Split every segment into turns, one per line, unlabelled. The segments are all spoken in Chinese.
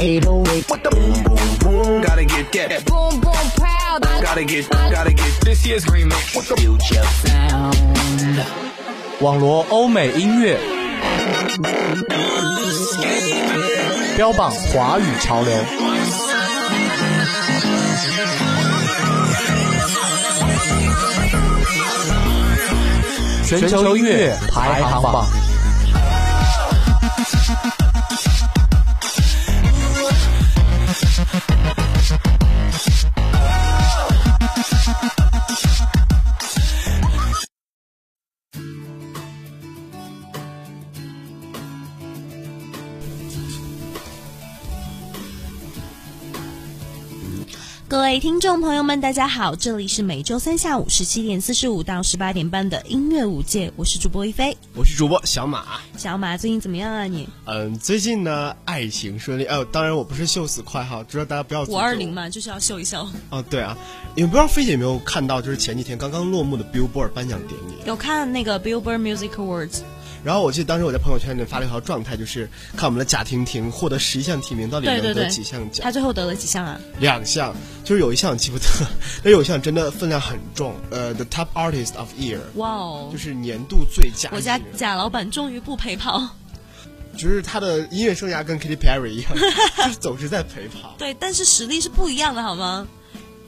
808. What the boom, boom, boom, gotta get that.
Boom, boom, proud.
Gotta get, gotta get this year's green mix. What the future sound?
网罗欧美音乐，标榜华语潮流。全球音乐排行榜，
各位听众朋友们，大家好，这里是每周三下午十七点四十五到十八点半的音乐午界，我是主播一飞。
我是主播小马。
小马最近怎么样啊你？
嗯，最近呢，爱情顺利。哎、呦，当然我不是秀死快哈，知道大家不要诅咒
五
我
二零。嘛，就是要秀一秀。
哦，对啊，你们不知道菲姐有没有看到，就是前几天刚刚落幕的 Billboard 颁奖典礼。
有看那个 Billboard Music Awards，
然后我记得当时我在朋友圈里发了一条状态，就是看我们的贾婷婷获得十一项提名，到底
对
能
对
得
对
几项奖？
他最后得了几项啊？
两项，就是有一项 记不得，但有一项真的分量很重。呃，The Top Artist of Year，
哇哦
就！是年度最佳艺人。
我家贾老板终于不陪跑。
就是他的音乐生涯跟 Katy Perry 一样，就是总是在陪跑。
对，但是实力是不一样的，好吗？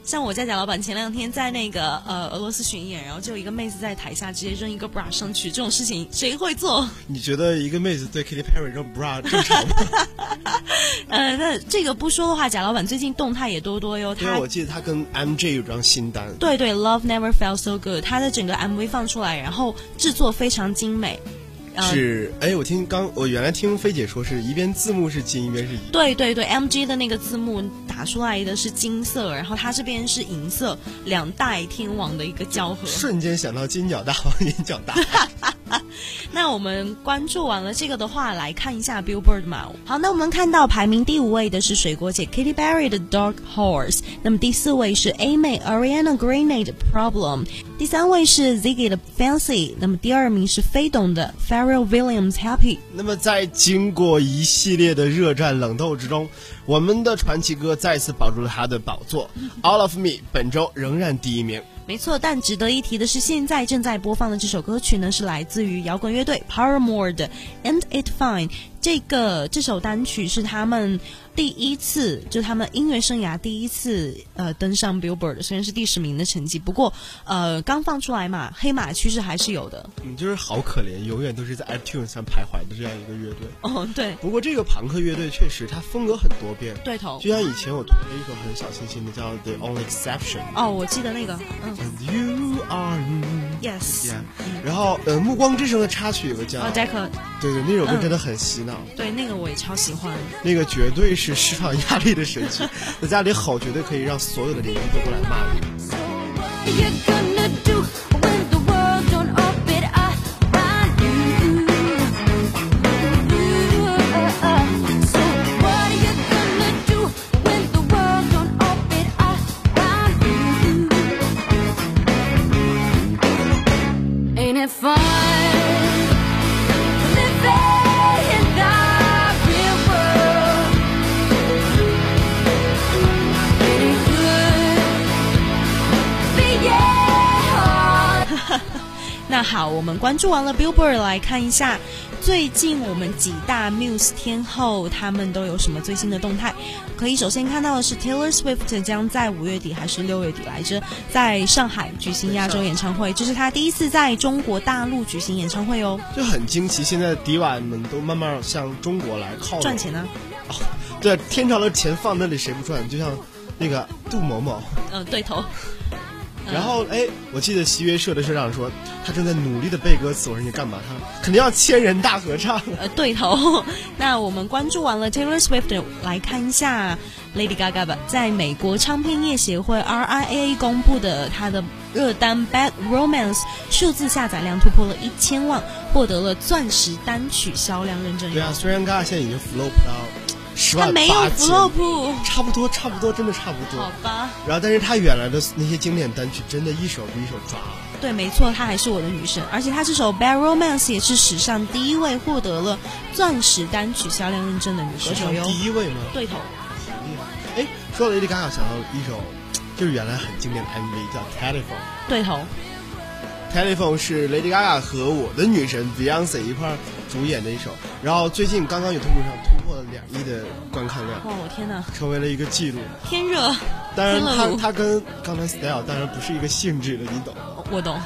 像我家贾老板前两天在那个呃俄罗斯巡演，然后就有一个妹子在台下直接扔一个 bra 上去，这种事情谁会做？
你觉得一个妹子对 Katy Perry 扔 bra 正常吗？
呃，那这个不说的话，贾老板最近动态也多多哟。
因为
他
我记得她跟 MJ 有张新单，
对对，Love Never Felt So Good，他的整个 MV 放出来，然后制作非常精美。呃、
是哎，我听刚我原来听菲姐说是一边字幕是金，一边是银。
对对对，MG 的那个字幕打出来的是金色，然后它这边是银色，两代天王的一个交合。
瞬间想到金角大王、 银角大王，
那我们关注完了这个的话，来看一下 Billboard 嘛。好，那我们看到排名第五位的是水果姐 Katy Perry 的 Dark Horse，那么第四位是 A 妹 Ariana Grande 的 Problem，第三位是 Ziggy 的 Fancy，那么第二名是飞董的 Pharrell Williams Happy。
那么在经过一系列的热战冷斗之中，我们的传奇哥再次保住了他的宝座。All of Me 本周仍然第一名。
没错，但值得一提的是，现在正在播放的这首歌曲呢，是来自于摇滚乐队 Paramore 的《And It Fine》。这个这首单曲是他们第一次，就他们音乐生涯第一次呃登上 Billboard，虽然是第十名的成绩，不过呃刚放出来嘛，黑马趋势还是有的。
嗯，就是好可怜，永远都是在 iTunes 上徘徊的这样一个乐队。
哦，对，
不过这个朋克乐队确实，它风格很多变。
对头
就。像以前我推了一首很小清新的叫《The Only Exception
哦，我记得那个，嗯》
，You Are Me。
，Yes，
Yeah 然后，呃，《暮光之城》的插曲有个叫
哦，d e c a
对对，那首歌
嗯
真的很洗脑，
对，那个我也超喜欢。
那个绝对是释放压力的神 曲，在家里吼绝对可以让所有的邻居都过来骂你。
So what you gonna do when the world's on orbit around you? So what you gonna do when the world's on orbit around you? Ain't it fun? Living in the real world, it ain't good.
那好，我们关注完了 Billboard，来看一下最近我们几大 Muse 天后他们都有什么最新的动态。可以首先看到的是 Taylor Swift 将在五月底还是六月底来着，在上海举行亚洲演唱会，这是她第一次在中国大陆举行演唱会哦，
就很惊奇，现在的迪瓦们都慢慢向中国来靠拢
赚钱呢、啊
对，天朝的钱放那里谁不赚？就像那个杜某某，
嗯、对头，嗯
然后哎，我记得西约社的社长说，他正在努力的背歌词。我说你干嘛？他说肯定要千人大合唱。
呃，对头。 那我们关注完了 Taylor Swift，来看一下 Lady Gaga 吧。在美国唱片业协会 RIAA 公布的她的热单《Bad Romance》数字下载量突破了一千万，获得了钻石单曲销量认证。
啊对啊，虽然 Gaga 现在已经 flop 到十
他
万
没有
八千，
flop，
差不多，差不多，真的差不多
好。吧？
然后，但是他原来的那些经典单曲，真的一首比一首抓。
对，没错，她还是我的女神，而且她这首《Bad Romance》也是史上第一位获得了钻石单曲销量认证的女歌手
史上
哟。
第一位吗？
对头，
哎，说到 Lady Gaga，想到一首，就是原来很经典的 MV 叫《Telephone》。
对头，
Telephone 是 Lady Gaga 和我的女神 Beyonce 一块儿主演的一首，然后最近刚刚有通过上突破了两亿的观看量，
哇，我天哪，
成为了一个记录。
天热，
当然
天
它，
冷
它跟刚才 Style 当然不是一个性质的，你懂的。
我懂。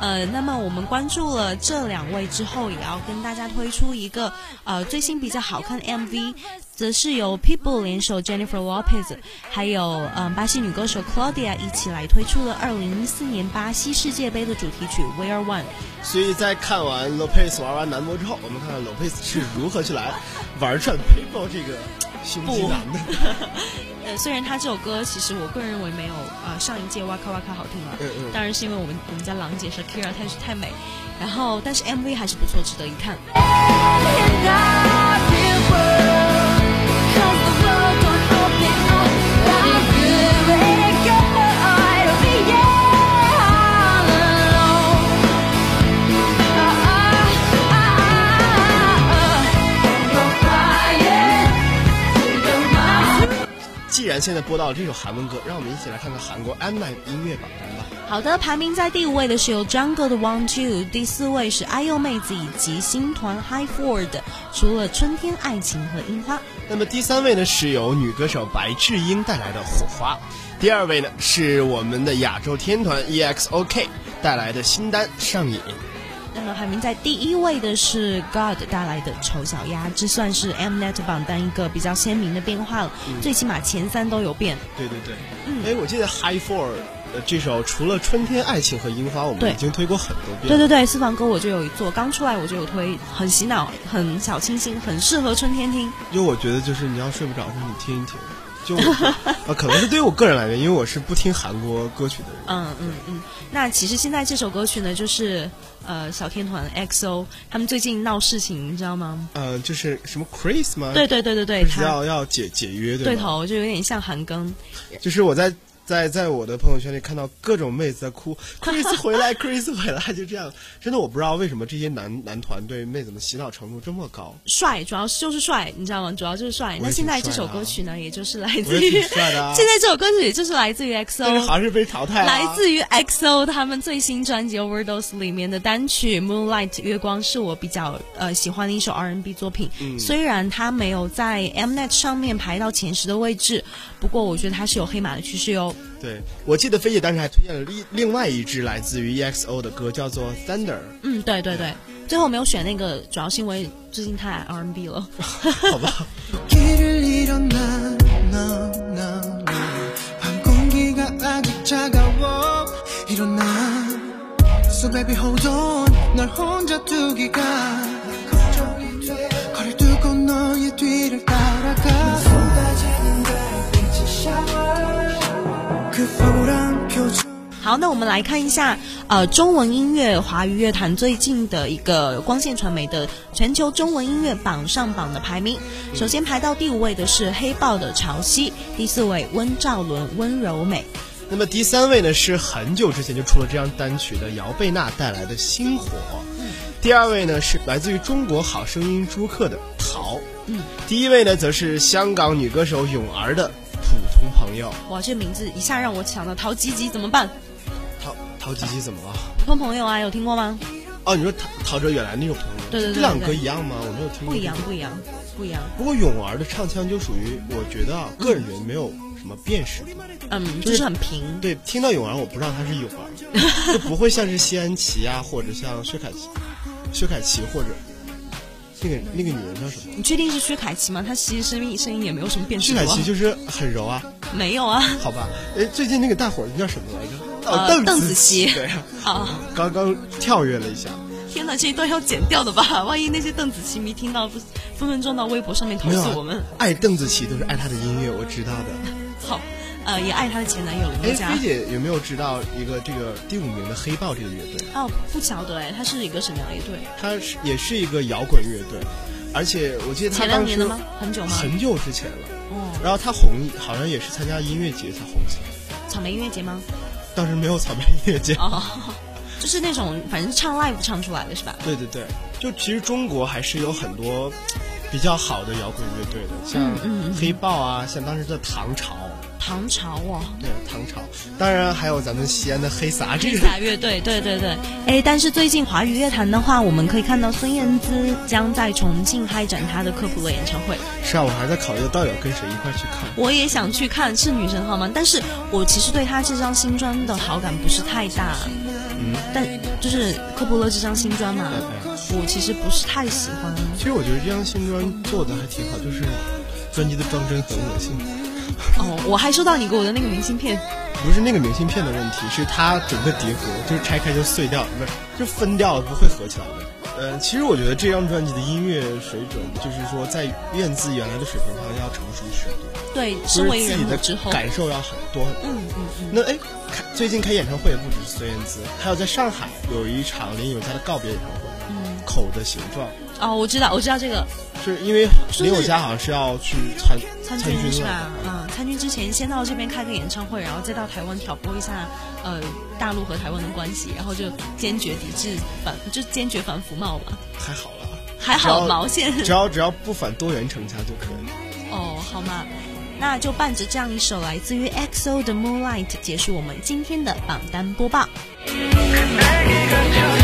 呃，那么我们关注了这两位之后，也要跟大家推出一个呃最新比较好看的 MV，则是由 People 联手 Jennifer Lopez，还有嗯、呃巴西女歌手 Claudia 一起来推出了2014年巴西世界杯的主题曲《We Are One》。
所以在看完 Lopez 玩完男模之后，我们看看 Lopez 是如何去来玩转 People 这个胸肌男的。
呃，虽然他这首歌其实我个人认为没有呃上一届哇咔哇咔好听了，
嗯嗯
当然是因为我们我们家郎姐 Shakira 太太美，然后但是 MV 还是不错，值得一看。
既然现在播到了这首韩文歌，让我们一起来看看韩国安奈音乐榜单吧。
好的，排名在第五位的是由 Jungle 的 Want You，第四位是 IU 妹子以及新团 High Four 的，除了春天、爱情和樱花。
那么第三位呢是由女歌手白智英带来的《火花》，第二位呢是我们的亚洲天团 E EXOK 带来的新单《上瘾》。
那么排名在第一位的是 God 带来的《丑小鸭》，这算是 Mnet 榜单一个比较鲜明的变化了，最起码前三都有变。
对对对，
嗯
哎，我记得 High Four 呃这首除了《春天、爱情》和《樱花》，我们
对
已经推过很多遍。
对对对，私房歌我就有一做，刚出来我就有推，很洗脑，很小清新，很适合春天听。
因为我觉得就是你要睡不着的时候，你听一听。就我 啊，可能是对于我个人来言，因为我是不听韩国歌曲的人。
嗯嗯嗯，那其实现在这首歌曲呢，就是呃小天团 XO 他们最近闹事情，你知道吗？
呃，就是什么 Chris 吗？
对，对对对对，
不是
他
要要解解约对
对
吗？
头就有点像韩庚，
就是我在在在我的朋友圈里看到各种妹子在 哭，Chris 回来，Chris 回来， 就这样。真的，我不知道为什么这些男男团对妹子们洗脑程度这么高。
帅，主要是就是帅，你知道吗？主要就是帅。
我也
那现在这
挺帅
首
的啊
歌曲呢，也就是来
我
自
也
于、
挺帅的啊
现在这首歌曲也就是来 自于
但是
XO。
还是被淘汰了、
来自于 XO 他们最新专辑《Overdose》里面的单曲《Moonlight》月光是我比较呃喜欢的一首 R&B 作品。
嗯
虽然它没有在 Mnet 上面排到前十的位置，不过我觉得它是有黑马的趋势哟。
对，我记得菲姐当时还推荐了另另外一支来自于 EXO 的歌，叫做《Thunder
嗯，对对对，最后没有选那个，主要是因为最近太爱 R&B 了。》，
好吧？
길을 잃어난 no no no 밤 공기가 아직 차가워 일어나 So baby hold on 널 혼자 두기가 걱정이 돼 거리를 두고 너의 뒤를 따라가 쏟아지는 달빛의 샤워 그 보란 표정
好，那我们来看一下，呃，中文音乐华语乐坛最近的一个光线传媒的全球中文音乐榜上榜的排名。首先排到第五位的是黑豹的《潮汐》，第四位温兆伦《温柔美
那么第三位呢是很久之前就出了这张单曲的姚贝娜带来的《星火》，第二位呢是来自于中国好声音朱克的《逃》，嗯，第一位呢则是香港女歌手泳儿的《普通朋友》。》。
哇，这名字一下让我想到陶吉吉，怎么办？
陶陶吉吉怎么了？
普通朋友啊，有听过吗？
哦，你说陶陶喆原来那种朋友，
对对对
这两
对
个一样吗？我没有听
不
过。
一样，。不一样，不一样。
不过泳儿的唱腔就属于，我觉得啊，个人觉得没有什么辨识度。
嗯，就是很平。
对，听到泳儿，我不知道她是泳儿，就不会像是谢安琪啊，或者像薛凯琪、薛凯琪或者那个那个女人叫什么？
你确定是薛凯琪吗？她其实声音声音也没有什么变
薛
质、啊。
凯琪就是很柔啊，
没有啊。
好吧？哎，最近那个大火儿叫什么来着？哦，
呃邓紫
紫
棋
对，
啊！
刚刚跳跃了一下。
天哪，这一段要剪掉的吧？万一那些邓紫棋迷听到，不是分分钟到微博上面投
没有
诉
啊
我们。
爱邓紫棋都是爱她的音乐，我知道的。
好，呃，也爱她的前男友
哎，
林宥嘉
菲。姐有没有知道一个这个第五名的黑豹这个乐队？
哦，不晓得哎，他是一个什么样的乐队？
它是也是一个摇滚乐队，而且我记得他
前两
当
年
时
的吗？很久吗？
很久之前了。
哦，
然后他红好像也是参加音乐节才红起来，
草莓音乐节吗？
当时没有草莓音乐节。
哦，就是那种反正唱 live 唱出来的是吧？
对对对，就其实中国还是有很多比较好的摇滚乐队的，
嗯
像黑豹啊，像当时的唐朝，
唐朝哦，
对唐朝，当然还有咱们西安的黑撒这
披
个。
萨乐队，对对对。哎，但是最近华语乐坛的话，我们可以看到孙燕姿将在重庆开展她的科普勒演唱会。
是啊，我还在考虑到底要跟谁一块去看。
我也想去看，是女神号吗？但是我其实对她这张新专的好感不是太大。嗯，但就是科普勒这张新专嘛，我其实不是太喜欢。
其实我觉得这张新专做的还挺好，就是专辑的装帧很恶心，
哦，我还收到你给我的那个明信片，
不是那个明信片的问题，是它整个叠合，就是拆开就碎掉，不是就分掉了，不会合起来的。呃，其实我觉得这张专辑的音乐水准，就是说在燕姿原来的水平上要成熟许多。
对，
就
身
是
为
自
人
己
母之后
的，感受要很多很多。
嗯嗯嗯，
那哎，开最近开演唱会也不只是孙燕姿，还有在上海有一场林宥嘉的告别演唱会，口的形状》，
哦，我知道，我知道这个
是因为
是
林宥嘉好像是要去参
参
军
军是吧
了。？
啊，参军之前先到这边开个演唱会，然后再到台湾挑拨一下呃大陆和台湾的关系，然后就坚决抵制反，就坚决反服贸嘛。
还好了，
还
只要
好毛线
只要只要不反多元成家就可以。
哦，好嘛，那就伴着这样一首来自于 E EXO 的《Moonlight》结束我们今天的榜单播报。
내게 갇혀